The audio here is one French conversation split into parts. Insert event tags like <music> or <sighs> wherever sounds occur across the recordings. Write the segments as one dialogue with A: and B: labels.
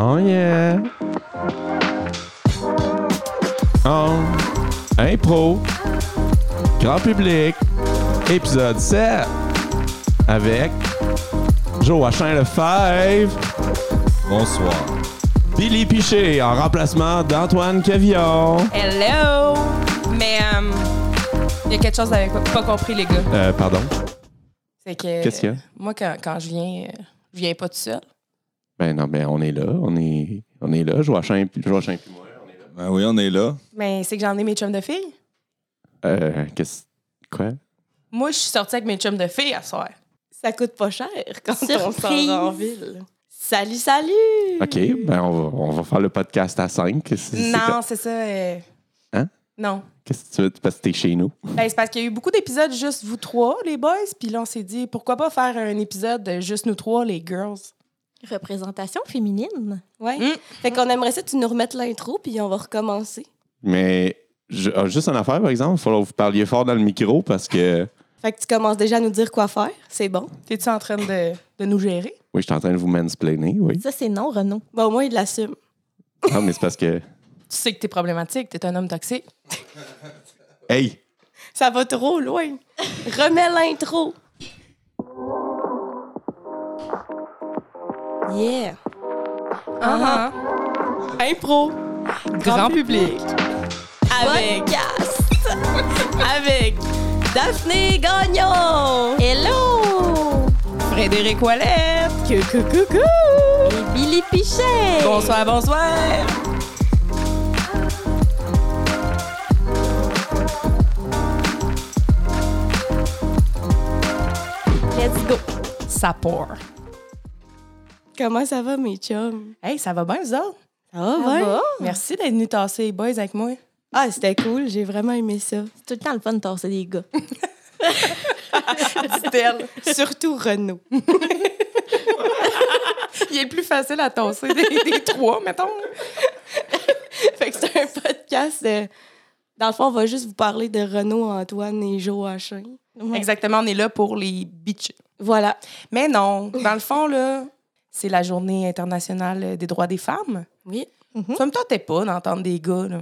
A: Oh yeah! On Oh, impro, grand public, épisode 7 avec Joachim Lefebvre,
B: Bonsoir.
A: Billy Piché en remplacement d'Antoine Cavillon.
C: Hello! Mais euh, il y a quelque chose que vous n'avez pas compris, les gars.
A: Euh, pardon?
C: C'est que.
A: Qu'est-ce qu'il y a?
C: Moi, quand, quand je viens, euh, je viens pas tout seul.
A: Ben non, ben on est là, on est, on est là, Joachim, puis- Joachim puis moi.
B: Ben oui, on est là.
C: Mais c'est que j'en ai mes chums de filles.
A: Euh, qu'est-ce. Quoi?
C: Moi, je suis sortie avec mes chums de filles à soir. Ça coûte pas cher quand on sort
D: Surprise!
C: en ville. Salut, salut!
A: OK, ben on va, on va faire le podcast à 5.
C: Non, c'est ça. euh,
A: Hein?
C: Non.
A: Qu'est-ce que tu veux? Parce que t'es chez nous.
C: Ben, c'est parce qu'il y a eu beaucoup d'épisodes juste vous trois, les boys. Puis là, on s'est dit, pourquoi pas faire un épisode de juste nous trois, les girls?
D: Représentation féminine.
E: Ouais.
C: Mm.
E: Fait qu'on aimerait ça que tu nous remettes l'intro, puis on va recommencer.
A: Mais je- ah, juste une affaire, par exemple, il faut que vous parliez fort dans le micro parce que.
E: Fait que tu commences déjà à nous dire quoi faire. C'est bon.
C: T'es-tu en train de, de nous gérer?
A: Oui, je suis en train de vous mansplainer, oui.
D: Ça, c'est non, Renaud.
E: Bah au moins, il l'assume.
A: Ah, mais c'est parce que.
C: Tu sais que t'es problématique, t'es un homme toxique.
A: Hey!
E: Ça va trop loin. Remets l'intro.
D: Yeah.
C: Ah ah. Impro. Grand public. Avec.
E: <laughs>
D: Podcast.
C: Avec.
E: Daphné Gagnon!
D: Hello.
C: Frédéric Ouellet. Coucou, coucou.
D: Et Billy Pichet.
C: Bonsoir, bonsoir.
D: Let's go.
C: Ça part.
E: Comment ça va, mes chums?
C: Hey, ça va bien, vous autres?
E: Ça va,
D: Ça
E: ouais?
D: va?
C: Merci d'être venus tasser les boys avec moi.
E: Ah, c'était cool. J'ai vraiment aimé ça.
D: C'est tout le temps le fun de tasser des gars.
C: Stelle.
E: Surtout Renaud.
C: <laughs>
E: <laughs>
C: Il est le plus facile à tasser des, des trois, mettons.
E: fait que c'est un podcast de... Dans le fond, on va juste vous parler de Renaud, Antoine et Joachim.
C: Exactement, on est là pour les bitches.
E: Voilà.
C: Mais non, dans le fond, là, c'est la journée internationale des droits des femmes.
E: Oui.
D: Mhm.
C: Ça me tentait pas d'entendre des gars, là.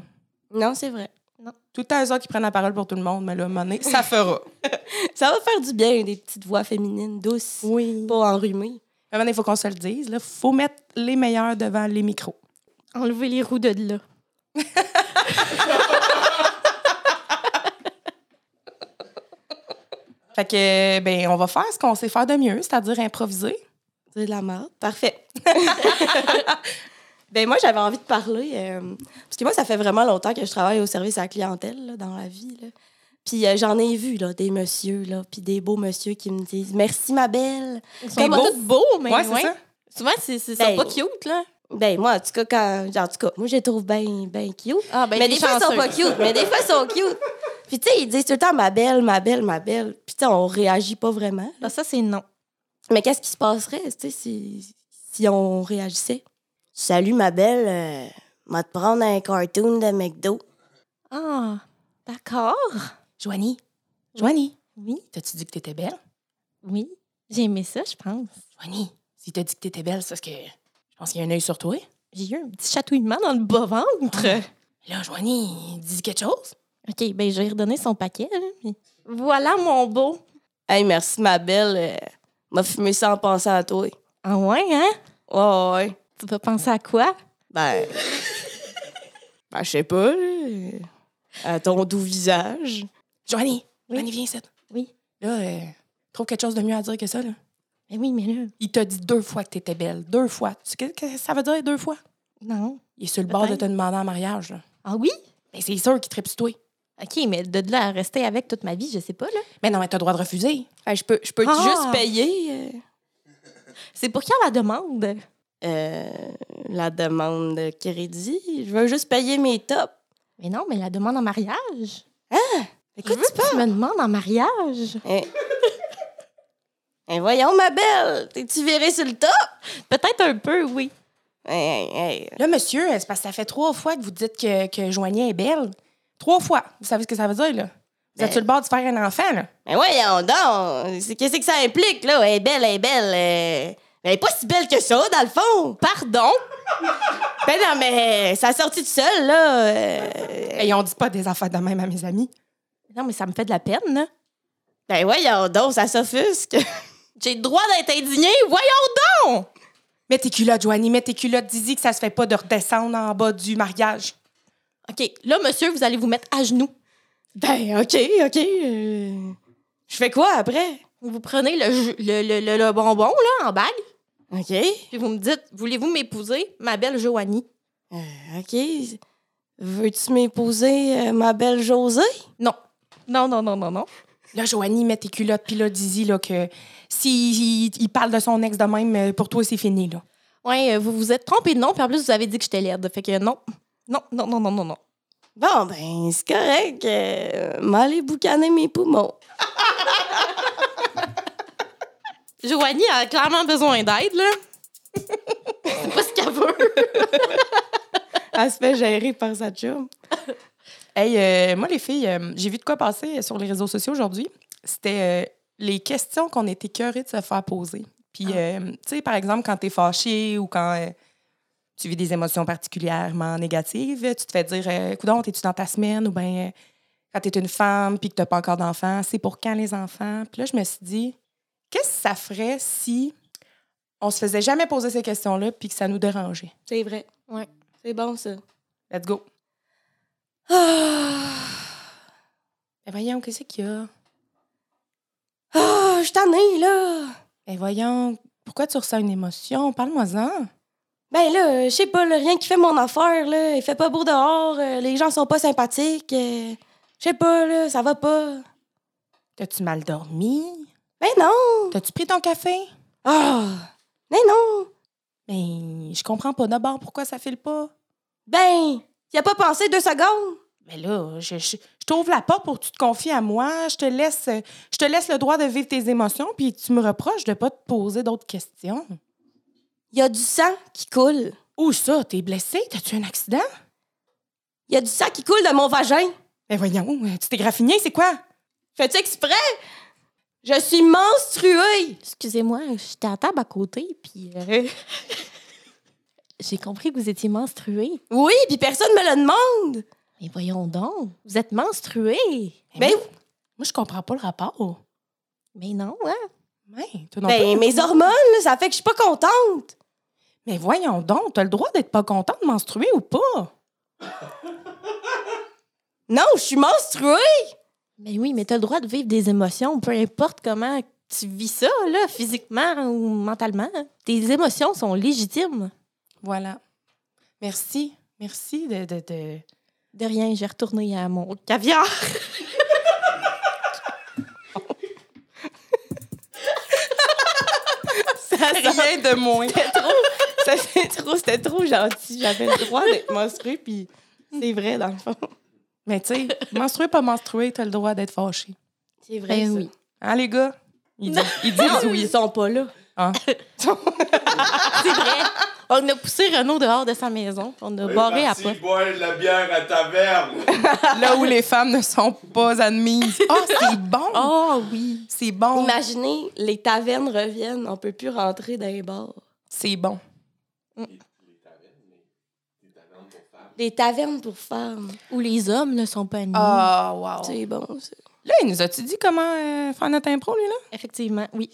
E: Non, c'est vrai.
C: Tout le temps, eux autres qui prennent la parole pour tout le monde, mais là, à un moment donné,
D: <laughs>
C: ça fera.
E: Ça va faire du bien, des petites voix féminines douces.
C: oui.
E: Pas enrhumées.
C: À un moment donné, il faut qu'on se le dise. Il faut mettre les meilleurs devant les micros.
D: Enlever les roues de là.
C: Fait que, ben, on va faire ce qu'on sait faire de mieux, c'est-à-dire improviser.
E: C'est de la merde. Parfait. <laughs> ben moi, j'avais envie de parler. euh, parce que moi, ça fait vraiment longtemps que je travaille au service à la clientèle là, dans la vie. là. Puis euh, j'en ai vu là, des messieurs, là, puis des beaux messieurs qui me disent Merci, ma belle.
D: Ils
C: T'es
D: sont pas
C: beau.
D: tous beaux, mais
C: ouais, c'est
D: ouais.
C: ça.
D: souvent, c'est c'est- ils
E: Ben.
D: sont pas cute, là.
E: Ben moi, en tout cas, quand, en tout cas moi, je les trouve bien ben cute.
D: Ah, ben,
E: mais des fois, ils sont pas cute. Mais des fois, ils sont <laughs> cute. Puis tu sais, ils disent tout le temps ma belle, ma belle, ma belle. Puis tu sais, on réagit pas vraiment. là.
D: Ah, ça, c'est non.
E: Mais qu'est-ce qui se passerait tu sais, si, si on réagissait? Salut, ma belle. euh, m'a te prendre un cartoon de McDo.
D: Ah, d'accord.
C: Joanie, Joanie,
D: Oui,
C: t'as-tu dit que t'étais belle?
D: oui. J'ai aimé ça, je pense.
C: Joanie, si t'as dit que t'étais belle, c'est parce que je pense qu'il y a un œil sur toi.
D: J'ai eu un petit chatouillement dans le bas-ventre.
C: Là, Joanie, dis quelque chose.
D: OK, ben, je vais redonner son paquet. là, mais- Voilà mon beau.
E: Hey, merci, ma belle. euh, m'a fumé ça en pensant à toi.
D: Ah ouais, hein?
E: Ouais, ouais.
D: Tu vas penser à quoi?
E: <laughs> Ben. ben, je sais pas, là, Euh, À ton doux visage.
C: Joanie,
D: Oui.
C: Joanie, viens ici.
D: Oui.
C: Là, euh, trouve quelque chose de mieux à dire que ça, là.
D: Ben oui, mais là,
C: Il t'a dit deux fois que t'étais belle. Deux fois. Tu sais qu'est-ce que ça veut dire, deux fois?
D: non.
C: Il est sur le bord de
D: Peut-être.
C: te demander en mariage, là.
D: Ah oui?
C: Ben, c'est sûr qu'il tripe sur toi.
D: OK, mais de là à rester avec toute ma vie, je sais pas, là.
C: Mais non, mais t'as le droit de refuser.
E: Hey, Ben, je peux, je peux
D: Ah!
E: juste payer euh,
D: C'est pour qui on la demande?
E: euh, la demande de crédit. Je veux juste payer mes tops.
D: Mais non, mais la demande en mariage.
E: Écoute,
D: Ah! tu me demandes en mariage?
E: Hein? Hein, voyons, ma belle, t'es-tu virée sur le top?
D: Peut-être un peu, oui.
E: Hein, hein, hein.
C: Là, monsieur, c'est parce que ça fait trois fois que vous dites que, que Joanie est belle. Trois fois. Vous savez ce que ça veut dire, là? Vous êtes
E: Ben-
C: sur le bord de faire un enfant, là.
E: Mais voyons donc, c'est- qu'est-ce que ça implique, là? Elle est belle, elle est belle. euh, Elle est pas si belle que ça, dans le fond. Pardon. ben non, mais ça a sorti tout seul, là. Euh,
C: Et on dit pas des affaires de même à mes amis.
D: Non, mais ça me fait de la peine, là.
E: Ben voyons donc, ça s'offusque. <laughs>
D: J'ai le droit d'être indigné, voyons donc!
C: Mets tes culottes, Joanie, mets tes culottes. Dis-y que ça se fait pas de redescendre en bas du mariage.
D: OK, là, monsieur, vous allez vous mettre à genoux.
E: Ben, OK, OK. euh, Je fais quoi après?
D: Vous prenez le, ju- le, le, le- le bonbon, là, en bague,
E: OK,
D: puis vous me dites, voulez-vous m'épouser, ma belle Joanie?
E: OK. Veux-tu m'épouser, euh, ma belle Josée?
D: Non, non, non, non, non.
C: Là, Joanie, mets tes culottes, puis là, dis-y là, que si il, il parle de son ex de même, euh, pour toi, c'est fini. Là.
D: Ouais, euh, vous vous êtes trompé de nom, puis en plus, vous avez dit que j'étais laide. Fait que non. Non, non, non, non, non, non.
E: Bon, ben, c'est correct. Euh, M'aller boucaner mes poumons.
D: Joanie a clairement besoin d'aide, <laughs> là. C'est pas ce qu'elle veut.
E: Elle se fait gérer par sa chum.
C: Hey, euh, moi, les filles, euh, j'ai vu de quoi passer sur les réseaux sociaux aujourd'hui. C'était euh, les questions qu'on était curées de se faire poser. Puis, euh, tu sais, par exemple, quand t'es fâché ou quand euh, tu vis des émotions particulièrement négatives, tu te fais dire euh, Coudon, t'es-tu dans ta semaine Ou bien, euh, quand t'es une femme puis que t'as pas encore d'enfants, c'est pour quand les enfants Puis là, je me suis dit Qu'est-ce que ça ferait si on se faisait jamais poser ces questions-là puis que ça nous dérangeait
E: C'est vrai.
D: Ouais.
E: C'est bon, ça.
C: Let's go. <sighs>
E: Ah,
C: Ben voyons, qu'est-ce qu'il y a
E: ah, je suis tannée, là.
C: Ben voyons, pourquoi tu ressens une émotion? Parle-moi-en.
E: Ben là, euh, je sais pas, là, rien qui fait mon affaire, là. Il fait pas beau dehors, euh, les gens sont pas sympathiques. euh, je sais pas, là, ça va pas.
C: T'as-tu mal dormi?
E: Ben non!
C: T'as-tu pris ton café?
E: Ah! Ben non!
C: Ben, je comprends pas d'abord pourquoi ça file pas.
E: Ben! Y a pas pensé deux secondes?
C: Mais Ben là, je, je, je t'ouvre la porte pour que tu te confies à moi. Je te laisse euh, je te laisse le droit de vivre tes émotions, puis tu me reproches de pas te poser d'autres questions.
E: Y a du sang qui coule.
C: Où ça? T'es blessée? T'as-tu un accident?
E: Y a du sang qui coule de mon vagin.
C: Ben voyons, euh, tu t'es graffiné, c'est quoi?
E: Fais-tu exprès? Je suis menstruée!
D: Excusez-moi, j'étais à table à côté, puis euh, j'ai compris que vous étiez menstruée.
E: Oui, puis personne me le demande!
D: Mais voyons donc, vous êtes menstruée.
E: Ben,
C: moi, moi, je comprends pas le rapport.
D: Mais non, hein?
C: Ben, toi non plus.
E: Ben, mes hormones, là, ça fait que je suis pas contente!
C: Mais voyons donc, t'as le droit d'être pas content de menstruer ou pas?
E: Non, je suis menstruée!
D: Mais oui, mais t'as le droit de vivre des émotions, peu importe comment tu vis ça, là, physiquement ou mentalement. Tes émotions sont légitimes.
C: Voilà. Merci. Merci de. de, de...
D: De rien, j'ai retourné à mon
E: <laughs>
D: caviar.
C: Rien de moins.
E: Ça, c'est trop, c'était trop gentil. J'avais le droit d'être menstruée, puis c'est vrai, dans le fond.
C: Mais tu sais, menstruer, pas menstruer, t'as le droit d'être fâché.
E: C'est
D: Ben oui.
C: Hein, les gars? Ils disent, ils disent
E: Ils,
C: oui.
E: <laughs> ils sont pas là.
D: C'est vrai. On a poussé Renaud dehors de sa maison. On a barré à pote.
B: boire de la bière à taverne.
C: Là où les femmes ne sont pas admises. Ah,
E: <laughs>
C: c'est bon!
D: Oh oui.
C: C'est bon.
E: Imaginez, les tavernes reviennent, on peut plus rentrer dans les bars.
C: C'est bon.
E: Les tavernes pour femmes.
D: Où les hommes ne sont pas admis.
C: Ah, wow.
E: C'est bon, ça.
C: Là, il nous a-tu dit comment euh, faire notre impro, lui, là?
D: Effectivement, oui.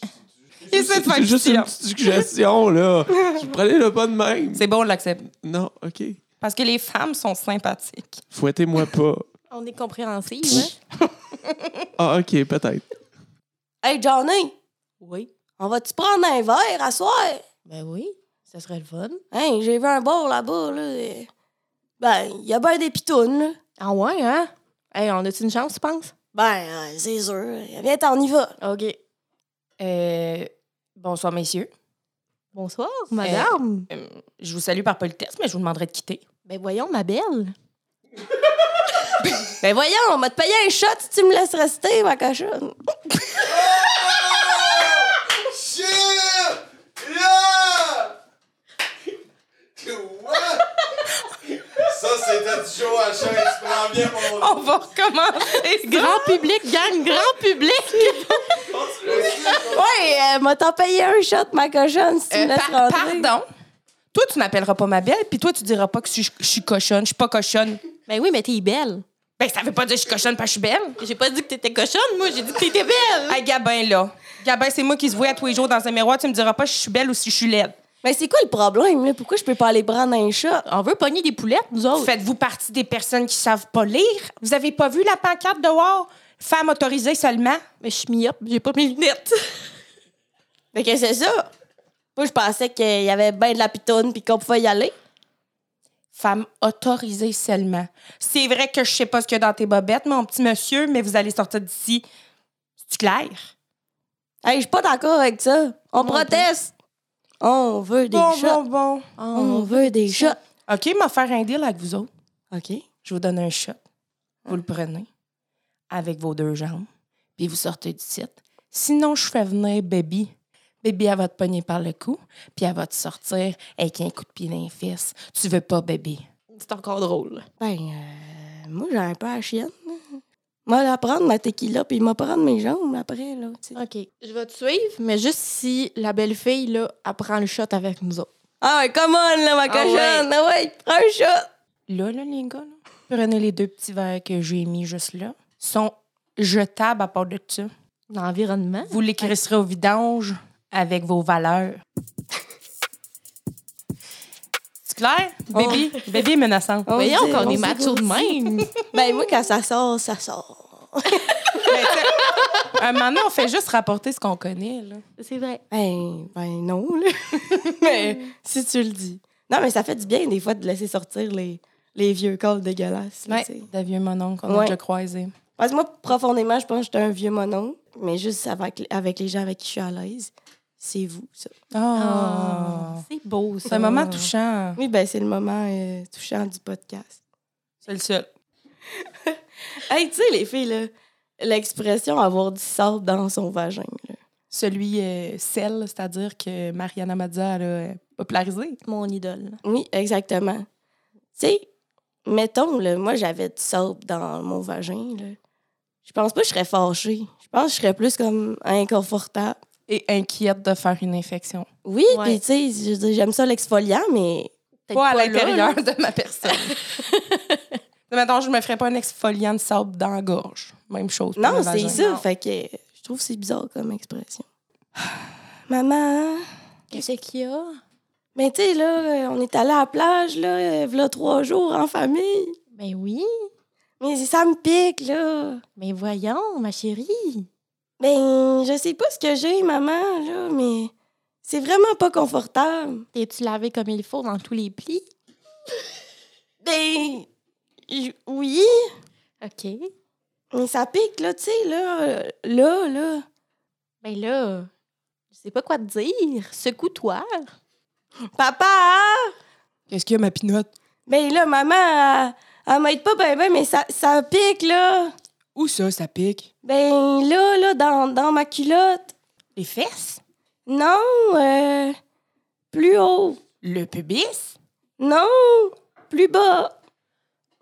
C: Il essaie de faire
A: C'est
C: du
A: juste une
C: silence.
A: petite suggestion, là. Prenez-le pas de même.
C: C'est bon, on l'accepte.
A: Non, OK.
C: Parce que les femmes sont sympathiques.
A: Fouettez-moi pas.
D: On est compréhensive. hein?
A: Ah, OK, peut-être.
E: Hey, Johnny,
D: Oui.
E: on va-tu prendre un verre à soir?
D: Ben oui, ça serait le fun.
E: Hein, j'ai vu un bar là-bas, là. Ben, il y a ben des pitounes, là.
D: Ah ouais, hein? Hey, on a-tu une chance, tu penses?
E: Ben, euh, c'est sûr. Viens, t'en y vas.
D: OK.
C: Euh, bonsoir, messieurs.
D: Bonsoir, madame.
C: Euh, je vous salue par politesse, mais je vous demanderai de quitter.
D: Ben voyons, ma belle.
E: Ben voyons, on va te payer un shot si tu me laisses rester, ma cochonne.
B: Shit! Yeah! <laughs> What? Ça, c'était du show à chaque tu prends bien mon
C: <laughs> On va <laughs> recommencer.
D: Grand public, gang, grand public!
E: <laughs> Ouais, euh, m'a t'en payé un shot, ma cochonne, si tu
C: Euh,
E: me laisses
C: par-
E: rentrer.
C: pardon. Toi, tu m'appelleras pas ma belle, puis toi, tu diras pas que je suis- je suis cochonne. Je suis pas cochonne.
D: Ben oui, mais t'es belle.
C: Ben, ça veut pas dire que je suis cochonne parce que je suis belle.
D: J'ai pas dit que t'étais cochonne, moi, j'ai dit que t'étais belle.
C: Hey, Gabin, là. Gabin, c'est moi qui se vois à tous les jours dans un miroir. Tu me diras pas si je suis belle ou si je suis laide.
E: <laughs> Mais c'est quoi le problème, là? Pourquoi je peux pas aller prendre un shot?
D: On veut pogner des poulettes, nous autres.
C: Faites-vous partie des personnes qui savent pas lire? Vous avez pas vu la pancarte dehors? Femme autorisée seulement?
D: Mais je suis myope, j'ai pas mes lunettes.
E: <laughs> Fait que c'est ça. Moi, je pensais qu'il y avait bien de la pitoune puis qu'on pouvait y aller.
C: Femme autorisée seulement. C'est vrai que je sais pas ce qu'il y a dans tes bobettes, mon petit monsieur, mais vous allez sortir d'ici. C'est clair?
E: Hey, je suis pas d'accord avec ça. On
D: Non
E: proteste. On veut des shots.
C: bon.
E: On veut des shots.
C: OK, m'a faire un deal avec vous autres.
E: OK.
C: Je vous donne un shot. Vous le prenez avec vos deux jambes, puis vous sortez du site. Sinon, je fais venir Baby. Baby, elle va te pogner par le cou, puis elle va te sortir avec un coup de pied dans les fesses. Tu veux pas, Baby?
D: C'est encore drôle.
E: Ben, euh, moi, j'ai un peu la chienne. Moi, la prendre ma tequila puis m'a prendre mes jambes après, là. tu sais.
D: OK. Je vais te suivre, mais juste si la belle fille, là, elle prend le shot avec nous autres.
E: Ah ouais, come on, là, ma cochonne. Ah ouais, prends un shot.
C: Là, là, les gars, là, prenez les deux petits verres que j'ai mis juste là. Ils sont jetables à part de ça.
D: Dans l'environnement.
C: Vous les crisserez au vidange avec vos valeurs. C'est clair?
E: Oh.
C: Baby, baby est menaçante.
E: On
D: Voyons
E: dit-
D: qu'on
E: on
D: est
E: dit
D: macho de même.
E: Ben, moi, quand ça sort, ça sort.
C: Mais Ben, tu sais, un moment donné, on fait juste rapporter ce qu'on connaît. Là.
D: C'est vrai.
E: Ben, ben non, là. <laughs> mais si tu le dis. Non, mais ça fait du bien, des fois, de laisser sortir les, les vieux corps dégueulasses. là, tu sais.
C: de vieux monon qu'on a
E: Ouais.
C: déjà croisé.
E: Parce que moi, profondément, je pense que j'étais un vieux monon, mais juste avec, avec les gens avec qui je suis à l'aise, c'est vous, ça.
C: Oh.
D: Ah.
E: Oh.
D: C'est beau, ça.
C: Ah. C'est un moment touchant.
E: Oui, ben c'est le moment euh, touchant du podcast.
C: C'est le seul.
E: Hey, tu sais, les filles, là, l'expression avoir du sable dans son vagin, là.
C: Celui euh, celle, c'est-à-dire que Mariana Mazza elle a euh, popularisé.
D: Mon idole.
E: Oui, exactement. Tu sais, mettons, là, moi, j'avais du sable dans mon vagin, là. Je pense pas que je serais fâchée. Je pense que je serais plus comme inconfortable.
C: Et inquiète de faire une infection.
E: Oui,
D: Ouais.
E: puis tu sais, je veux dire, j'aime ça l'exfoliant, mais
D: Peut-être
C: Pas à
D: là,
C: l'intérieur
D: là.
C: de ma personne. Maintenant, je me ferais pas un exfoliant de sable dans la gorge. Même chose. pour
E: Non,
C: le
E: c'est
C: vagin.
E: ça.
D: Non.
E: Fait que je trouve que c'est bizarre comme expression. <sighs> Maman,
D: <laughs> Qu'est-ce qu'il y a?
E: mais tu sais, là, euh, on est allé à la plage, là, euh, v'là trois jours en famille.
D: Ben oui.
E: Mais ça me pique, là.
D: Mais voyons, ma chérie.
E: Ben, je sais pas ce que j'ai, maman, là, mais c'est vraiment pas confortable.
D: T'es-tu lavé comme il faut dans tous les plis?
E: Ben, j- oui,
D: OK.
E: mais ça pique, là, tu sais, là, euh, là, là.
D: Ben là, je sais pas quoi te dire. Secoue-toi.
E: Papa, hein?
C: Qu'est-ce qu'il y a, ma pinotte?
E: Ben là, maman, elle, elle m'aide pas, ben, ben, mais ça, ça pique, là.
C: Où ça, ça pique?
E: Ben là, là, dans, dans ma culotte.
C: Les fesses?
E: Non, euh, plus haut.
C: Le pubis?
E: Non, plus bas.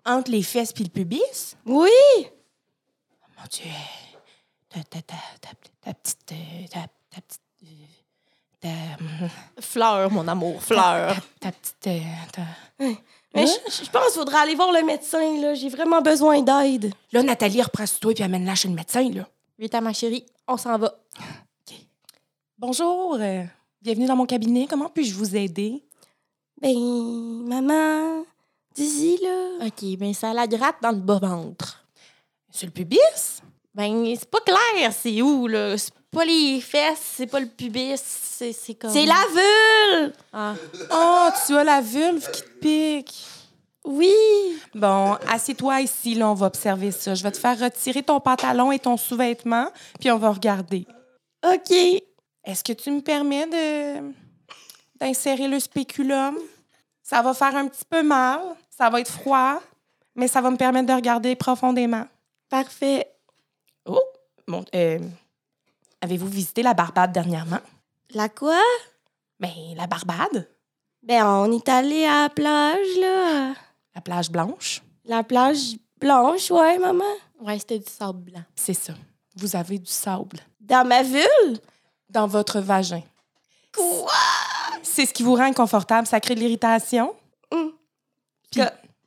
C: Entre les fesses puis le pubis?
E: Oui,
C: Mon Dieu, ta, ta, ta, ta, ta petite. euh, Ta, ta petite. euh, Ta, hum,
D: Fleur, mon amour, fleur.
C: ta petite. euh, ta-
E: mais je je pense qu'il faudra aller voir le médecin, là. J'ai vraiment besoin d'aide.
C: Là, Nathalie, reprends-toi puis amène-la chez le médecin, là.
D: Vite à ma chérie, on s'en va.
C: Bonjour, euh, bienvenue dans mon cabinet. Comment puis-je vous aider?
E: Ben, maman, dis-y, là.
D: OK, ben ça la gratte dans le bas-ventre.
C: Sur le pubis?
D: Ben, c'est pas clair, c'est où, là? C'est pas les fesses, c'est pas le pubis, c'est c'est comme...
E: C'est la vulve!
D: Ah.
C: Oh, tu as la vulve qui te pique.
E: Oui!
C: Bon, assieds-toi ici, là, on va observer ça. Je vais te faire retirer ton pantalon et ton sous-vêtement, puis on va regarder.
E: OK.
C: Est-ce que tu me permets de d'insérer le spéculum? Ça va faire un petit peu mal, ça va être froid, mais ça va me permettre de regarder profondément.
E: Parfait.
C: Oh, mon, euh, avez-vous visité la Barbade dernièrement?
E: La quoi?
C: Ben, la Barbade,
E: Ben, on est allé à la plage, là.
C: la plage blanche,
E: La plage blanche, ouais, maman.
D: Ouais, c'était du sable blanc.
C: c'est ça. Vous avez du sable
E: Dans ma vulve?
C: dans votre vagin. C'est ce qui vous rend inconfortable. Ça crée de l'irritation.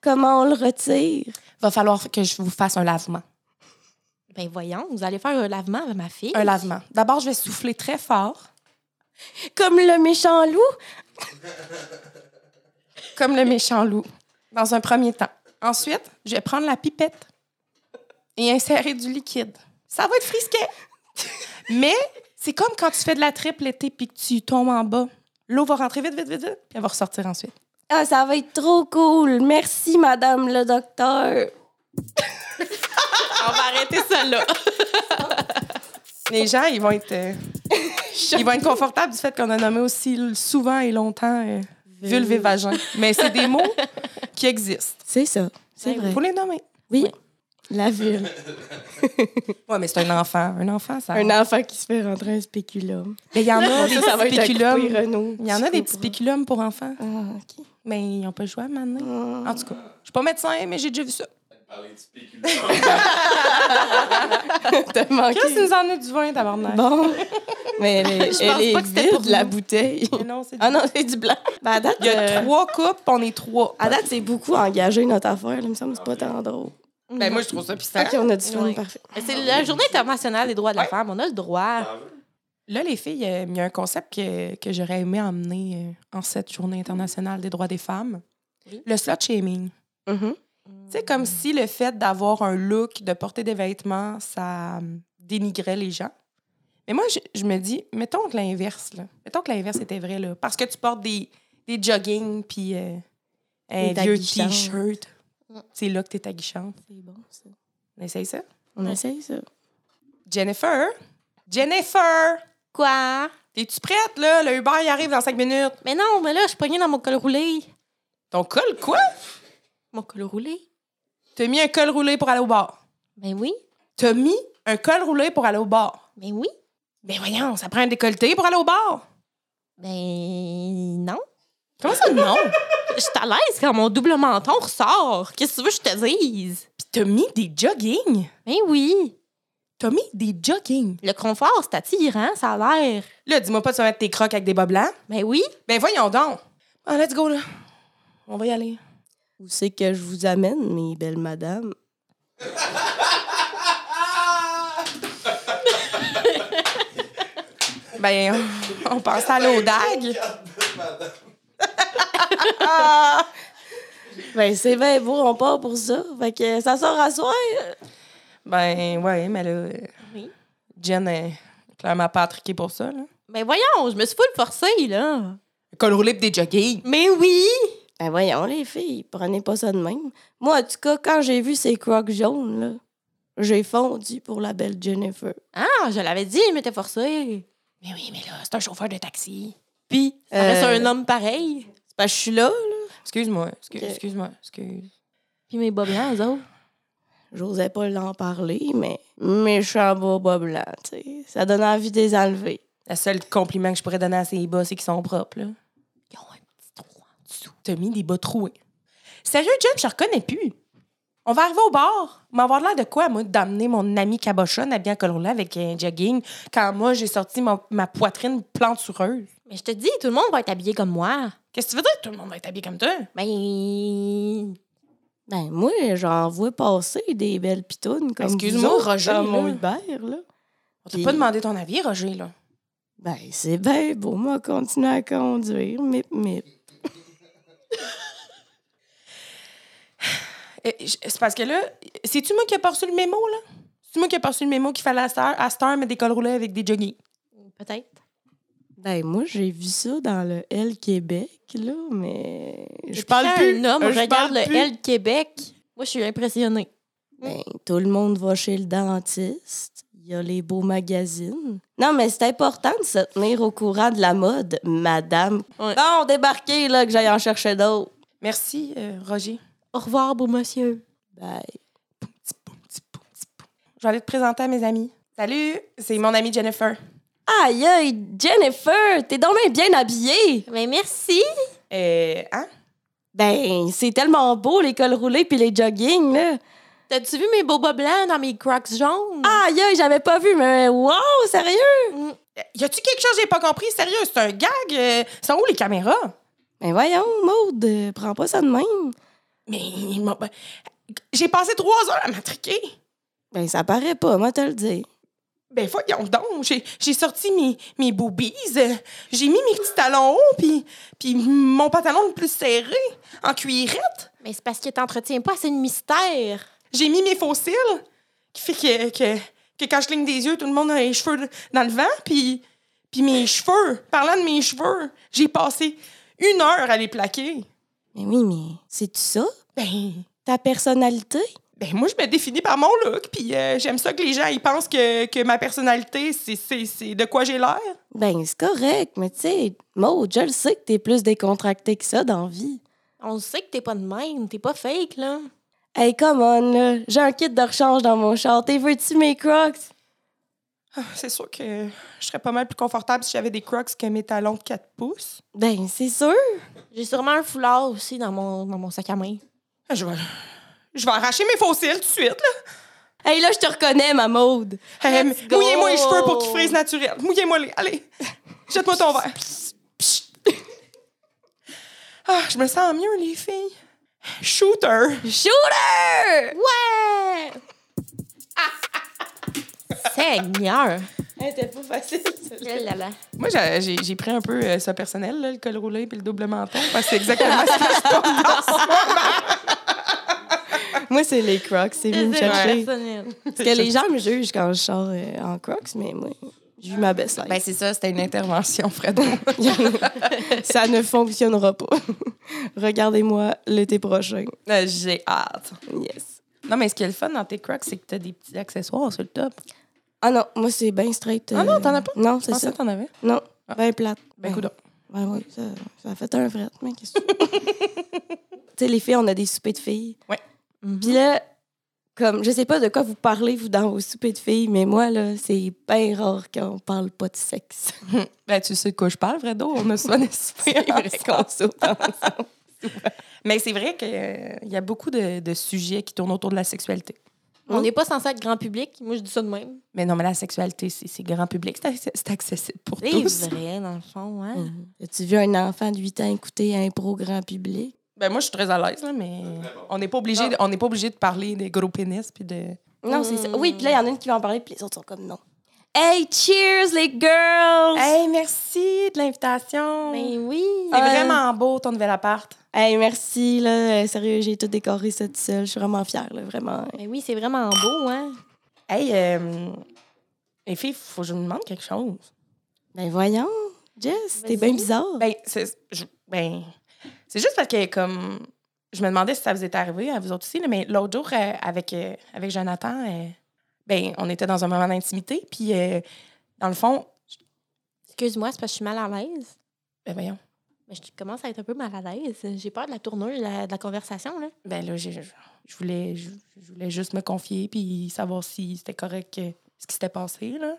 E: Comment on le retire?
C: Va falloir que je vous fasse un lavement.
D: Ben voyons, vous allez faire un lavement avec ma fille.
C: Un lavement. D'abord, je vais souffler très fort,
E: Comme le méchant loup?
C: comme le méchant loup, dans un premier temps. Ensuite, je vais prendre la pipette et insérer du liquide. Ça va être <laughs> frisquet. Mais c'est comme quand tu fais de la triple l'été puis que tu tombes en bas. L'eau va rentrer vite, vite, vite, vite, puis elle va ressortir ensuite.
E: Ah, ça va être trop cool. Merci, madame le docteur.
D: On va arrêter
E: <laughs>
D: ça là.
C: Les gens, ils vont être, <laughs> euh, ils vont être confortables du fait qu'on a nommé aussi l- souvent et longtemps euh, vulve et vagin. Mais c'est des mots <laughs> qui existent.
E: C'est ça.
D: C'est vrai.
C: Faut les nommer.
E: Oui. La vulve.
C: Oui, mais c'est un enfant. Un enfant, ça.
E: <laughs> Un enfant qui se fait rentrer un spéculum.
C: Mais il y en <laughs> a des
E: Ça, ça va
C: petits
E: être à couper,
C: spéculums.
E: Renaud.
C: Il y en a des petits spéculums pour enfants.
E: Ah, OK. Ah.
C: Mais ils n'ont pas joué à maintenant. En tout cas, je suis pas médecin, mais j'ai déjà vu ça.
B: Parler de spéculum.
E: T'as manqué.
C: Qu'est-ce nous en a du vin, tabarnak?
E: Bon. <laughs> Mais elle est,
D: Je pense
E: elle est
D: pas que c'était pour
E: vide, la
D: nous.
E: bouteille.
C: Mais non, c'est
E: <laughs> Ah non, c'est du blanc. Ben, à date,
C: Il y a
E: euh,
C: trois coupes, on est trois.
E: à date, c'est beaucoup engagé notre affaire. là. Il me semble que c'est pas tant drôle.
C: Ben, moi, je trouve ça puissant.
E: OK, on a du fun,
D: Ouais.
E: parfait.
D: Mais C'est la journée internationale des droits de la femme. On a le droit.
B: T'en veux?
C: Là, les filles, euh, il y a un concept que, que j'aurais aimé emmener euh, en cette journée internationale des droits des femmes.
D: Oui.
C: Le slut shaming.
E: Mhm.
C: C'est comme si le fait d'avoir un look, de porter des vêtements, ça euh, dénigrait les gens. Mais moi, je, je me dis, mettons que l'inverse, là. Mettons que l'inverse était vrai, là. Parce que tu portes des, des jogging puis euh, un
E: Des
C: vieux
E: aguichantes.
C: t-shirt. C'est là que t'es aguichante.
E: C'est bon, ça.
C: Essaye ça.
E: On essaye ça.
C: Jennifer! Jennifer!
D: Quoi?
C: T'es-tu prête, là? Le Uber, il arrive dans cinq minutes.
D: Mais non, mais là, je suis pognée dans mon col roulé.
C: Ton col, quoi?
D: Mon col roulé?
C: T'as mis un col roulé pour aller au bar.
D: Ben oui.
C: T'as mis un col roulé pour aller au bar.
D: Ben oui.
C: Mais voyons, ça prend un décolleté pour aller au bar.
D: Ben non.
C: Comment ça, non?
D: Je suis à l'aise quand mon double menton ressort. Qu'est-ce que tu veux que je te dise?
C: Puis t'as mis des jogging.
D: Ben oui.
C: T'as mis des jogging.
D: Le confort, c'est attirant, ça a l'air.
C: Là, dis-moi pas de se mettre tes crocs avec des bas blancs.
D: Ben oui.
C: Ben voyons donc. Ah, let's go, là. On va y aller.
E: Où c'est que je vous amène, mes belles madames?
C: Ben, <laughs> on, on pense à l'eau d'ag.
E: Ben, c'est bien beau, on part pour ça. Fait que ça sort à soir.
C: Ben, ouais, mais là... euh,
D: Oui.
C: Jen est clairement pas attriquée pour ça, là.
D: Ben voyons, je me suis full forcée, là.
C: Col roulé pis des jogging.
D: Mais oui.
E: Ben voyons, les filles, prenez pas ça de même. Moi, en tout cas, quand j'ai vu ces crocs jaunes, là, j'ai fondu pour la belle Jennifer.
D: Ah, je l'avais dit, il m'était forcé.
C: Mais oui, mais là, c'est un chauffeur de taxi.
D: Puis, ça reste
E: Euh,
D: un homme pareil.
E: C'est parce que je suis là, là.
C: Excuse-moi, excuse-
E: Ok.
C: excuse-moi, excuse.
D: Puis mes bas blancs, eux autres.
E: J'osais pas l'en parler, mais méchant beau bas blanc, tu sais. Ça donne envie de les enlever.
C: La seule compliment que je pourrais donner à ces bas, c'est qu'ils sont propres, là.
D: Ils ont un petit trou en dessous.
C: T'as mis des bas troués. Sérieux, Jen, je reconnais plus. On va arriver au bar. M'avoir l'air de quoi, moi, d'amener mon ami cabochonne à bien coloré avec un jogging quand moi, j'ai sorti mon- ma poitrine plantureuse.
D: Mais je te dis, tout le monde va être habillé comme moi.
C: Qu'est-ce que tu veux dire? Tout le monde va être habillé comme toi.
D: Ben.
E: Ben moi, j'en vois passer des belles pitounes comme
C: Excuse-moi,
E: vous autres
C: Roger, là.
E: dans mon Uber, là.
C: On t'a
E: Puis-
C: pas demandé ton avis, Roger, là.
E: Ben, c'est bien beau, moi, continuer à conduire, mip, mip.
C: Euh, j- C'est parce que là, c'est-tu moi qui ai pas reçu le mémo, là? C'est-tu moi qui ai pas reçu le mémo qu'il fallait à cette heure, à cette heure mettre des cols roulés avec des joggings?
D: Peut-être.
E: Ben, moi, j'ai vu ça dans le L Québec, là, mais. Je
D: Depuis
E: parle
D: quand
E: plus.
D: Un homme
E: Euh, je
D: regarde
E: parle
D: le
E: plus.
D: L Québec. Moi, je suis impressionnée.
E: Ben, tout le monde va chez le dentiste. Il y a les beaux magazines. Non, mais c'est important de se tenir au courant de la mode, madame.
D: Ouais.
E: Bon, débarquez, là, que j'aille en chercher d'autres.
C: Merci, euh, Roger.
D: Au revoir, beau monsieur.
E: Ben,
C: Je vais aller te présenter à mes amis. Salut, c'est mon amie Jennifer.
E: aïe, aïe, Jennifer, t'es donc bien bien habillée.
D: Ben merci.
C: Euh, hein?
E: Ben, c'est tellement beau, les cols roulés puis les joggings, là.
D: T'as-tu vu mes bobas blancs dans mes crocs jaunes?
E: Ah, yeah, j'avais pas vu, mais wow, sérieux?
C: Y a-tu quelque chose que j'ai pas compris? Sérieux, c'est un gag? euh, sont où les caméras?
E: Mais voyons, Maude, euh, prends pas ça de même.
C: Mais ils m'ont- ben, j'ai passé trois heures à m'attriquer.
E: Ben, ça paraît pas, moi, te le dis.
C: Ben voyons donc, j'ai, j'ai sorti mes, mes boobies, euh, j'ai mis mes petits talons hauts, puis, puis mon pantalon le plus serré, en cuirette.
D: Mais c'est parce que t'entretiens pas assez de mystère.
C: J'ai mis mes faux cils, qui fait que, que, que quand je cligne des yeux, tout le monde a les cheveux dans le vent, puis, puis mes cheveux, parlant de mes cheveux, j'ai passé une heure à les plaquer.
E: Mais oui, mais c'est-tu ça?
C: Ben,
E: Ta personnalité?
C: ben moi, je me définis par mon look, puis euh, j'aime ça que les gens ils pensent que, que ma personnalité, c'est, c'est, c'est de quoi j'ai l'air.
E: Ben, c'est correct, mais tu sais, Maude, je le sais que t'es plus décontractée que ça dans la vie.
D: On sait que t'es pas de même, t'es pas fake, là.
E: Hey, come on, là. J'ai un kit de rechange dans mon char. T'es veux-tu mes crocs?
C: C'est sûr que je serais pas mal plus confortable si j'avais des crocs que mes talons de 4 pouces.
E: Ben, c'est sûr.
D: J'ai sûrement un foulard aussi dans mon, dans mon sac à main.
C: Ah, Je vais, je vais arracher mes fossiles tout de suite. Là.
E: Hey, là, je te reconnais, ma Maude.
C: Euh,
D: Let's go!
C: mouillez-moi les cheveux pour qu'ils frisent naturel. Mouillez-moi les. Allez, jette-moi ton verre. Ah, je me sens mieux, les filles. Shooter!
E: Shooter!
D: Ouais! <laughs> Seigneur!
E: Hey, t'es pas facile, celle-là.
C: Moi, j'ai, j'ai- j'ai pris un peu euh, ça personnel, là, le col roulé et le double menton, parce que c'est exactement <laughs> ce que je
E: Moi, c'est les crocs. C'est venu me chercher.
D: personnel.
E: Parce que les gens me jugent quand je sors euh, en crocs, mais moi, je vis ma best life.
C: Ben, c'est ça, c'était une intervention, Fredo. <laughs>
E: <laughs> ça ne fonctionnera pas. <laughs> Regardez-moi l'été prochain.
C: Euh, j'ai hâte.
E: Yes.
C: Non, mais ce qui est le fun dans tes crocs, c'est que t'as des petits accessoires sur le top.
E: Ah non, moi, c'est bien straight. euh,
C: Ah non, t'en as pas?
E: Non,
C: Je
E: c'est
C: pensais
E: ça.
C: que t'en avais.
E: Non,
C: Ah.
E: bien plate.
C: Ben, coudonc.
E: Ouais, ouais, ça, ça a fait un fret, mais qu'est-ce que tu sais, les filles, on a des soupers de filles.
C: Ouais.
E: Puis là, comme, je sais pas de quoi vous parlez, vous, dans vos soupers de filles, mais moi, là, c'est bien rare qu'on parle pas de sexe. <laughs>
C: Ben, tu sais de quoi je parle, Fredo. On <laughs> a souvent des soupers ensemble. Mais c'est vrai qu'il y a beaucoup de, de sujets qui tournent autour de la sexualité.
D: On n'est pas censé être grand public. Moi, je dis ça de même.
C: Mais non, mais la sexualité, c'est c'est grand public. C'est ac- C'est accessible pour
D: C'est
C: tous.
D: vrai, dans le fond, hein?
E: <laughs> As-tu vu un enfant de 8 ans écouter un pro grand public?
C: Ben, moi, je suis très à l'aise, là, mais on n'est pas obligé de- on n'est pas obligé de parler des gros pénis. Puis de...
E: Non, c'est ça. Oui, puis là, il y en a une qui va en parler, puis les autres sont comme non. Hey, cheers, les girls! Hey,
C: merci de l'invitation. Euh,
D: Ben oui!
C: C'est
E: Ouais.
C: vraiment beau, ton nouvel appart.
E: merci, là. Euh, Sérieux, j'ai tout décoré ça tout seul. Je suis vraiment fière, là, vraiment.
D: Ben oui, c'est vraiment beau, hein?
C: Hey, euh, les filles, faut que je vous demande quelque chose.
E: Ben voyons, Jess, t'es
D: Vas-y.
E: bien bizarre.
C: Ben, c'est je- ben, c'est juste parce que, comme, je me demandais si ça vous était arrivé à vous autres aussi, là, mais l'autre jour, euh, avec, euh, avec Jonathan, euh, ben, on était dans un moment d'intimité, puis, euh, dans le fond,
D: Excuse-moi, c'est parce que je suis mal à l'aise.
C: ben, voyons,
D: Mais je commence à être un peu mal à l'aise. J'ai peur de la tournure de la, de la conversation, là.
C: ben là, j'ai- je, je voulais, je, je voulais juste me confier, puis savoir si c'était correct euh, ce qui s'était passé, là.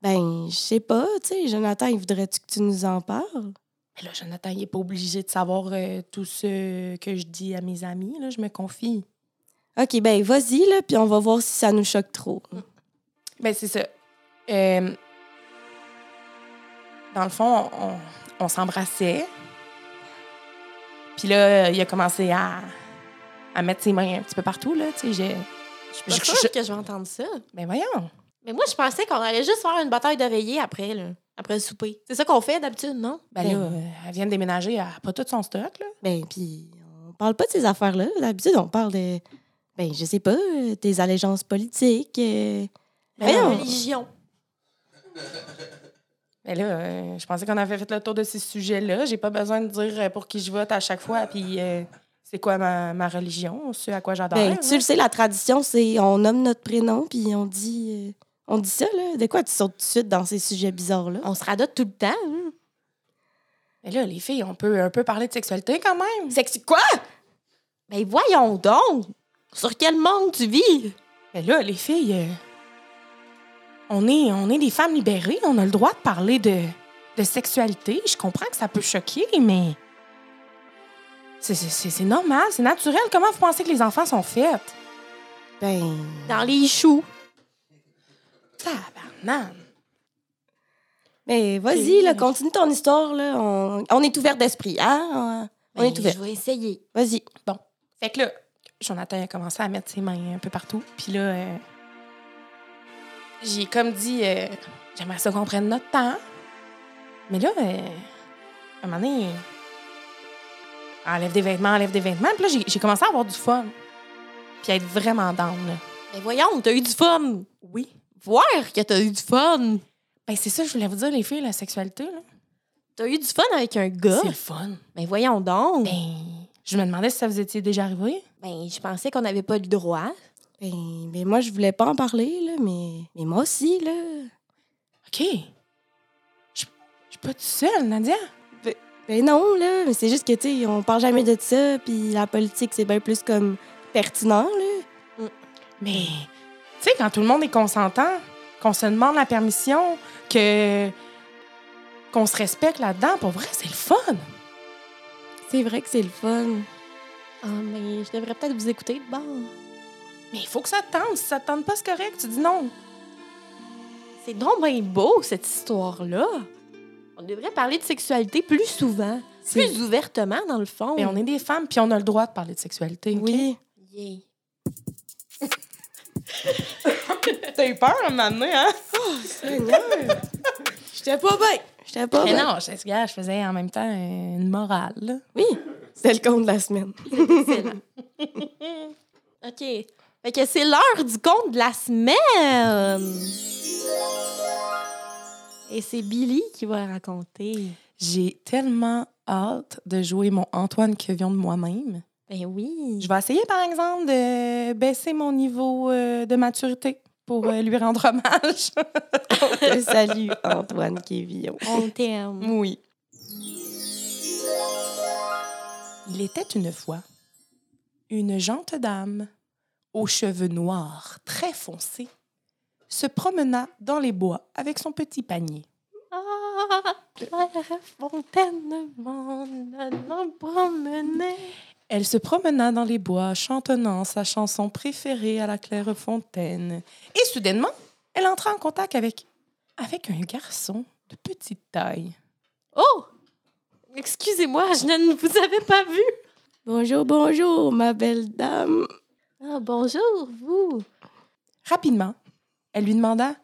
E: Ben, je sais pas, tu sais, Jonathan, il voudrait-tu que tu nous en parles?
C: Mais Ben, là, Jonathan, il n'est pas obligé de savoir euh, tout ce que je dis à mes amis, là, je me confie.
E: OK, ben vas-y, là, puis on va voir si ça nous choque trop.
C: Ben, c'est ça. Euh, dans le fond, on, on s'embrassait. Puis là, il a commencé à, à mettre ses mains un petit peu partout, là. Tu sais, j'ai.
D: Je suis
C: Je-
D: pas
C: je-
D: sûre
C: je-
D: que je vais entendre ça.
C: Ben, voyons.
D: Mais moi, je pensais qu'on allait juste faire une bataille d'oreiller après, là. Après le souper. C'est ça qu'on fait d'habitude, non?
C: Ben, là, euh, elle vient de déménager, elle a pas tout son stock, là.
E: Ben, puis on parle pas de ces affaires-là. D'habitude, on parle de, ben, je sais pas, euh, des allégeances politiques. euh.
D: Ben, la
E: Voyons.
D: religion.
C: Ben là, euh, je pensais qu'on avait fait le tour de ces sujets-là. J'ai pas besoin de dire euh, pour qui je vote à chaque fois, puis euh, c'est quoi ma, ma religion, ce à quoi j'adore.
E: Ben, tu le sais, la tradition, c'est on nomme notre prénom, puis on dit... euh, on dit ça, là? De quoi tu sautes tout de suite dans ces sujets bizarres-là?
D: On se radote tout le temps. hein.
C: Mais là, les filles, on peut un peu parler de sexualité quand même.
D: Sexy quoi? Ben voyons donc! Sur quel monde tu vis?
C: Mais là, les filles, euh, on, est, on est des femmes libérées, on a le droit de parler de, de sexualité. Je comprends que ça peut choquer, mais c'est- c'est c'est- c'est normal, c'est naturel. Comment vous pensez que les enfants sont faits?
E: Ben,
D: Dans les choux.
C: Tabarnan.
E: mais Ben, vas-y, là, continue ton histoire. Là. On, on est ouvert d'esprit, hein? On, on
D: Ben,
E: est ouvert.
D: Je vais essayer.
E: Vas-y.
C: Fait que là, Jonathan a commencé à mettre ses mains un peu partout. Puis là, euh, j'ai comme dit, euh, j'aimerais ça qu'on prenne notre temps. Mais là, euh, à un moment donné, enlève des vêtements, enlève des vêtements. Puis là, j'ai- j'ai commencé à avoir du fun. Puis à être vraiment down, là.
D: Mais Ben voyons, t'as eu du fun.
C: Oui.
D: Voir que t'as eu du fun.
C: Ben, c'est ça, je voulais vous dire, les filles, la sexualité, là.
D: T'as eu du fun avec un gars.
C: C'est le fun.
D: Mais voyons donc. Ben,
C: Ben, je me demandais si ça vous était déjà arrivé.
D: je pensais qu'on n'avait pas le droit.
E: Ben, ben, moi, je voulais pas en parler, là, mais, mais moi aussi, là.
C: OK. Je je suis pas toute seule, Nadia.
E: Ben non, là, mais c'est juste que, tu sais, on parle jamais de ça, puis la politique, c'est bien plus comme pertinent, là.
C: Mais, tu sais, quand tout le monde est consentant, qu'on se demande la permission, que qu'on se respecte là-dedans, pour vrai, c'est le fun.
E: C'est vrai que c'est le fun.
D: Ah, mais je devrais peut-être vous écouter de bord.
C: Mais il faut que ça te tente. Si ça te tente pas, c'est correct. Tu dis non.
D: C'est donc bien beau, cette histoire-là. On devrait parler de sexualité plus souvent,
E: C'est-
D: plus ouvertement, dans le fond.
C: Mais on est des femmes, puis on a le droit de parler de sexualité. OK?
E: Oui.
D: Yeah.
C: T'as eu peur à un moment donné, hein?
E: Seigneur! J'étais pas bien! J'étais pas
C: Mais
E: bien!
C: non, je, gars, je faisais en même temps une morale. là.
E: Oui! C'était le compte de la semaine.
D: Excellent. <laughs> OK. Fait que c'est l'heure du conte de la semaine. Et c'est Billy qui va raconter.
C: J'ai tellement hâte de jouer mon Antoine Quevion de moi-même.
D: Ben oui.
C: Je vais essayer, par exemple, de baisser mon niveau euh, de maturité pour euh, lui rendre hommage.
E: <laughs> Salut, Antoine Kévillon.
D: On t'aime.
C: Oui. Il était une fois une jante dame aux cheveux noirs très foncés se promena dans les bois avec son petit panier.
D: <laughs> Ah, la fontaine monde nous promenait.
C: Elle se promena dans les bois chantonnant sa chanson préférée à la claire fontaine. Et soudainement, elle entra en contact avec, avec un garçon de petite taille.
D: Oh! Excusez-moi, je ne vous avais pas vu.
E: Bonjour, bonjour, ma belle dame.
D: Ah, bonjour, vous.
C: Rapidement, elle lui demanda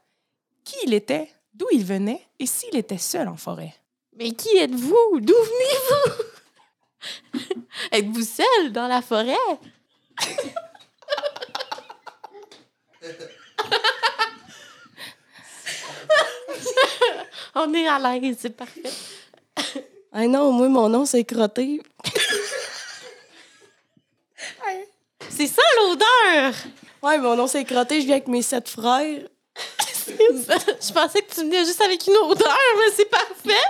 C: qui il était, d'où il venait et s'il était seul en forêt.
D: Mais qui êtes-vous? D'où venez-vous? <laughs> Êtes-vous seul dans la forêt? <laughs> On est à l'aise, c'est parfait.
E: Ah non, moi, mon nom, c'est Crotté.
D: C'est ça l'odeur! <laughs>
E: Ouais, mon nom, c'est Crotté, je viens avec mes sept frères.
D: Je pensais que tu venais juste avec une odeur, mais c'est parfait!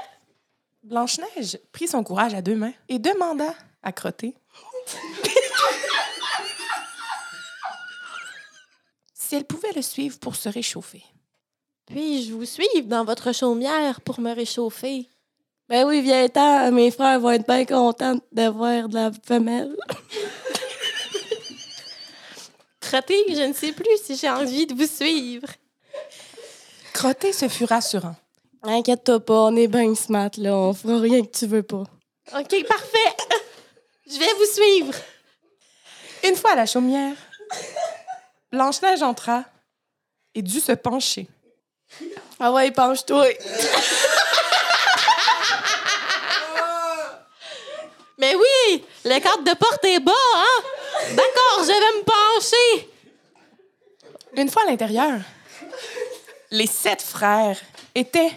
C: Blanche-Neige prit son courage à deux mains et demanda à Crotté si elle pouvait le suivre pour se réchauffer.
D: Puis-je vous suivre dans votre chaumière pour me réchauffer?
E: Ben oui, viens temps, mes frères vont être bien contents de voir de la femelle.
D: Crotté, je ne sais plus si j'ai envie de vous suivre.
C: Crotté se fut rassurant.
E: Inquiète-toi pas, on est bien smart, là. On fera rien que tu veux pas.
D: OK, parfait! Je vais vous suivre!
C: Une fois à la chaumière, Blanche-Neige entra et dut se pencher.
E: Ah ouais, penche-toi.
D: Mais oui, le cadre de porte est bas, hein? D'accord, je vais me pencher.
C: Une fois à l'intérieur, les sept frères étaient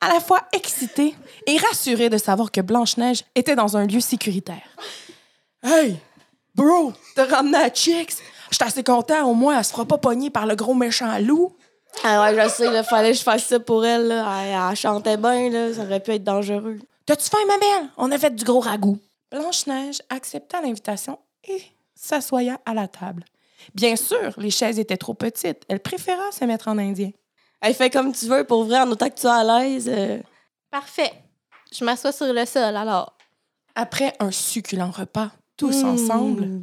C: à la fois excités et rassurés de savoir que Blanche-Neige était dans un lieu sécuritaire. Hey, bro, t'as ramené à Chicks? J'étais assez content, au moins, elle se fera pas pogner par le gros méchant loup.
E: Ah ouais, je sais, là, fallait que je fasse ça pour elle, là. Elle, elle chantait bien, là. Ça aurait pu être dangereux.
C: T'as-tu faim, ma belle? On a fait du gros ragoût. Blanche-Neige accepta l'invitation et s'assoya à la table. Bien sûr, les chaises étaient trop petites. Elle préféra se mettre en indien.
E: Elle fait comme tu veux, pour vrai, en autant que tu sois à l'aise. euh.
D: Parfait. Je m'assois sur le sol, alors.
C: Hmm.
E: Hmm.
C: Après un succulent repas, tous ensemble,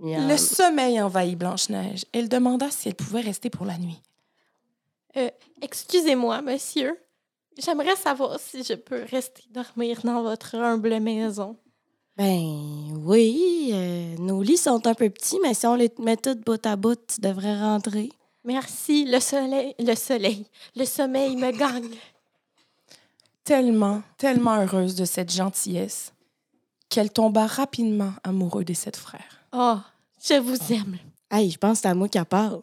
E: Miam.
C: Le sommeil envahit Blanche-Neige. Elle demanda si elle pouvait rester pour la nuit.
D: Excusez-moi, monsieur. J'aimerais savoir si je peux rester dormir dans votre humble maison.
E: Ben oui, euh, nos lits sont un peu petits, mais si on les mettait de bout à bout, tu devrais rentrer.
D: Merci, le soleil, le soleil, le sommeil me gagne.
C: Tellement, tellement heureuse de cette gentillesse qu'elle tomba rapidement amoureuse des sept frères.
D: Oh, je vous aime.
E: Hey, je pense que c'est à moi qu'elle parle.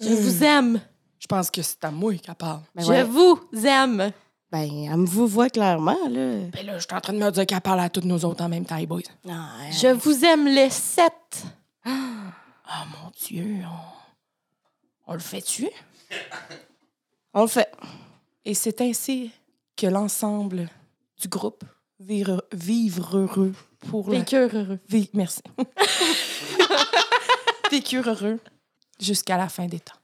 D: Je vous aime.
C: Je pense que c'est à moi qu'elle parle.
E: Hmm. Ben,
D: je
E: ouais.
D: vous aime.
E: ben elle me vous voit clairement, là.
C: Ben là, je suis en train de me dire qu'elle parle à toutes nous autres en même temps, les boys.
E: Non, elle-
D: Je vous aime les sept.
C: Ah, mon Dieu, on, on le fait tuer?
E: On le fait.
C: Et c'est ainsi que l'ensemble du groupe vire- Vivre heureux pour la...
D: Vécure heureux.
C: Vi- Merci. <laughs> Vécure heureux jusqu'à la fin des temps.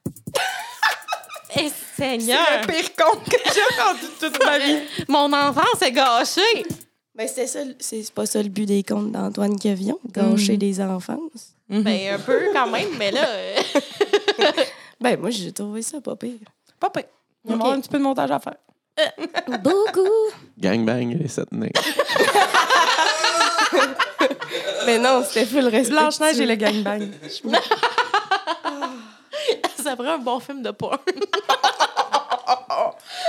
D: Eh, Seigneur,
C: pire con que j'ai rendu toute ma vie.
D: mon enfance est gâchée.
E: Ben c'est ça, le- c'est c'est pas ça le but des contes d'Antoine Quevillon, gâcher des enfances.
D: Ben, un peu quand même, mais là. euh,
E: Ben moi, j'ai trouvé ça pas pire.
C: Papa, il va y
D: Ok.
C: avoir un petit peu de montage à faire.
D: <laughs> Beaucoup.
A: Gangbang, les sept nez.
E: Mais non, c'était full <laughs> respect.
C: Blanche-Neige et le gangbang.
D: <laughs>
C: <laughs>
D: Ça ferait un bon film de porn.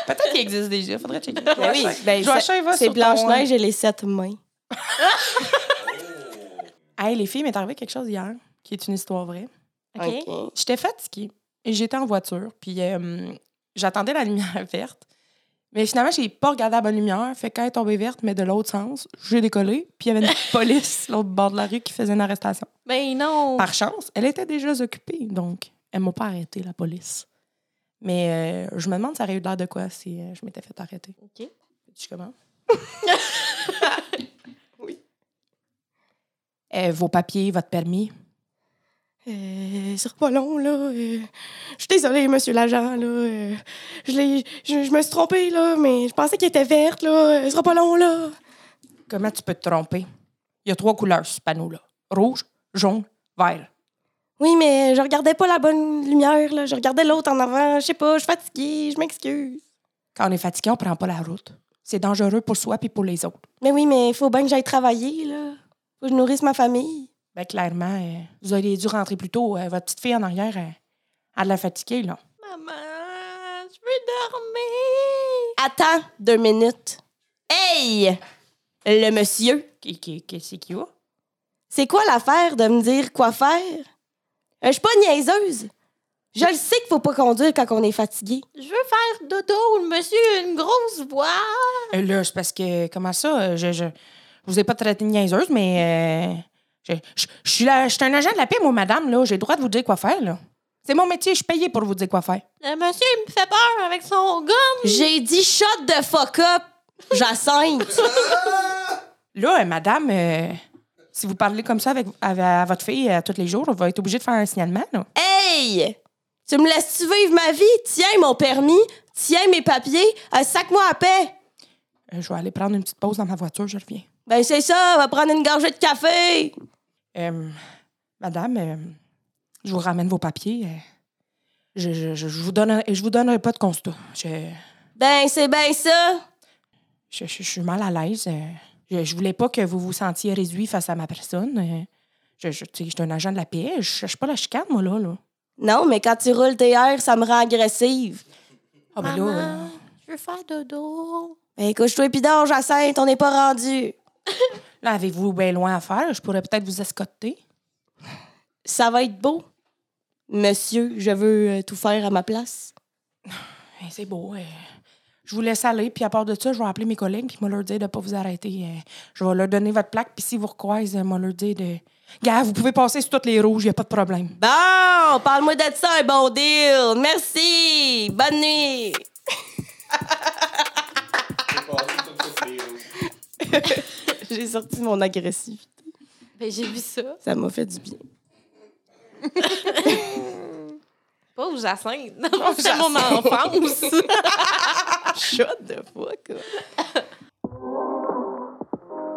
C: Peut-être qu'il existe déjà, faudrait checker.
E: Ben oui, ben,
C: Joachim va
E: c'est- c'est
C: sur ton-
E: Blanche-Neige et les sept mains.
C: Hey, les filles, il m'est arrivé quelque chose hier qui est une histoire vraie.
D: OK.
E: OK.
C: J'étais fatiguée et j'étais en voiture, puis euh, j'attendais la lumière <laughs> verte. Mais finalement, j'ai pas regardé la bonne lumière. Fait que quand elle est tombée verte, mais de l'autre sens, j'ai décollé. Puis il y avait une police l'autre bord de la rue qui faisait une arrestation.
D: Ben non.
C: Par chance, elle était déjà occupée, donc elle m'a pas arrêtée, la police. Mais euh, je me demande ça aurait eu l'air de quoi si euh, je m'étais fait arrêter.
D: OK.
C: Tu commences? oui. Euh, vos papiers, votre permis.
E: Euh, c'est pas long, là. euh, je suis désolée, monsieur l'agent, là. euh, je, l'ai- je, je me suis trompée, là, mais je pensais qu'elle était verte, là. euh, Ce sera pas long, là.
C: Comment tu peux te tromper? Il y a trois couleurs sur ce panneau-là. Rouge, jaune, vert.
E: Oui, mais je regardais pas la bonne lumière, là. Je regardais l'autre en avant. Je sais pas, je suis fatiguée, je m'excuse.
C: Quand on est fatigué, on prend pas la route. C'est dangereux pour soi puis pour les autres.
E: Mais oui, mais il faut bien que j'aille travailler, là. Faut que je nourrisse ma famille.
C: Ben clairement, euh, vous auriez dû rentrer plus tôt. Euh, votre petite fille en arrière, euh, elle a de la fatiguée, là.
D: Maman, je veux dormir.
E: Attends deux minutes. Hey! Le monsieur,
C: Qui- qui- Qu'est-ce qu'il y a?
E: c'est quoi l'affaire de me dire quoi faire? Euh, Je suis pas niaiseuse. Je le sais qu'il faut pas conduire quand on est fatigué.
D: Je veux faire dodo. Le monsieur a une grosse voix.
C: Euh, là, c'est parce que, comment ça? euh, Je, je, je vous ai pas traité de niaiseuse, mais euh, je, je, je suis là, je suis un agent de la paix, moi, madame, là. J'ai le droit de vous dire quoi faire, là. C'est mon métier, je suis payée pour vous dire quoi faire.
D: Le monsieur, il me fait peur avec son gars.
E: J'ai dit shot de fuck up, Jacinthe.
C: Là, euh, madame, euh, si vous parlez comme ça avec, avec- à votre fille euh, tous les jours, on va être obligé de faire un signalement, là.
E: hey! Tu me laisses-tu vivre ma vie? Tiens mon permis, tiens mes papiers, euh, sac-moi à paix.
C: Euh, je vais aller prendre une petite pause dans ma voiture, je reviens.
E: Ben c'est ça, va prendre une gorgée de café.
C: Euh, madame, euh, je vous ramène vos papiers. euh, je, je, je, je vous donne, je vous donnerai pas de constat. Je,
E: Ben c'est ben ça.
C: je, je- je suis mal à l'aise. euh, Je, je voulais pas que vous vous sentiez réduit face à ma personne. euh, Je, je, tu sais, je suis un agent de la paix. Je cherche pas la chicane, moi, là. là.
E: Non, mais quand tu roules tes airs, ça me rend agressive.
C: Ah, ben là. euh,
D: Maman, je veux faire dodo.
E: Ben couche-toi pis dors, Jacinthe, on n'est pas rendu.
C: là, avez-vous bien loin à faire? Je pourrais peut-être vous escorter.
E: Ça va être beau. Monsieur, je veux euh, tout faire à ma place.
C: Ben, c'est beau. euh, je vous laisse aller, puis à part de ça, je vais appeler mes collègues, puis moi leur dire de pas vous arrêter. euh, je vais leur donner votre plaque, puis si vous recroisez, moi leur dire de. Gars, vous pouvez passer sur toutes les rouges, y a pas de problème.
E: Bon, parle-moi de ça, un bon deal. Merci. Bonne nuit. <laughs> J'ai sorti mon agressif.
D: Ben, j'ai vu ça.
E: Ça m'a fait du bien.
D: Pas aux Jacinthe. Non, c'est
E: <laughs>
D: mon enfance.
E: Shot de fois, quoi.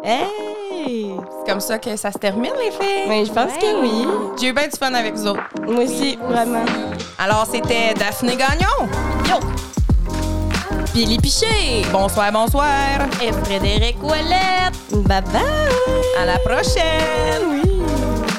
E: Hey!
D: Oui.
C: C'est comme ça que ça se termine, les filles.
E: Mais je pense
D: Ouais.
E: que oui.
C: J'ai eu bien du fun avec vous autres.
E: Moi aussi, vraiment.
C: Alors, c'était Daphné Gagnon. Yo!
D: Billy Piché
C: Bonsoir, bonsoir.
D: et Frédéric Ouellette.
E: Bye bye!
C: À la prochaine.
E: Oui!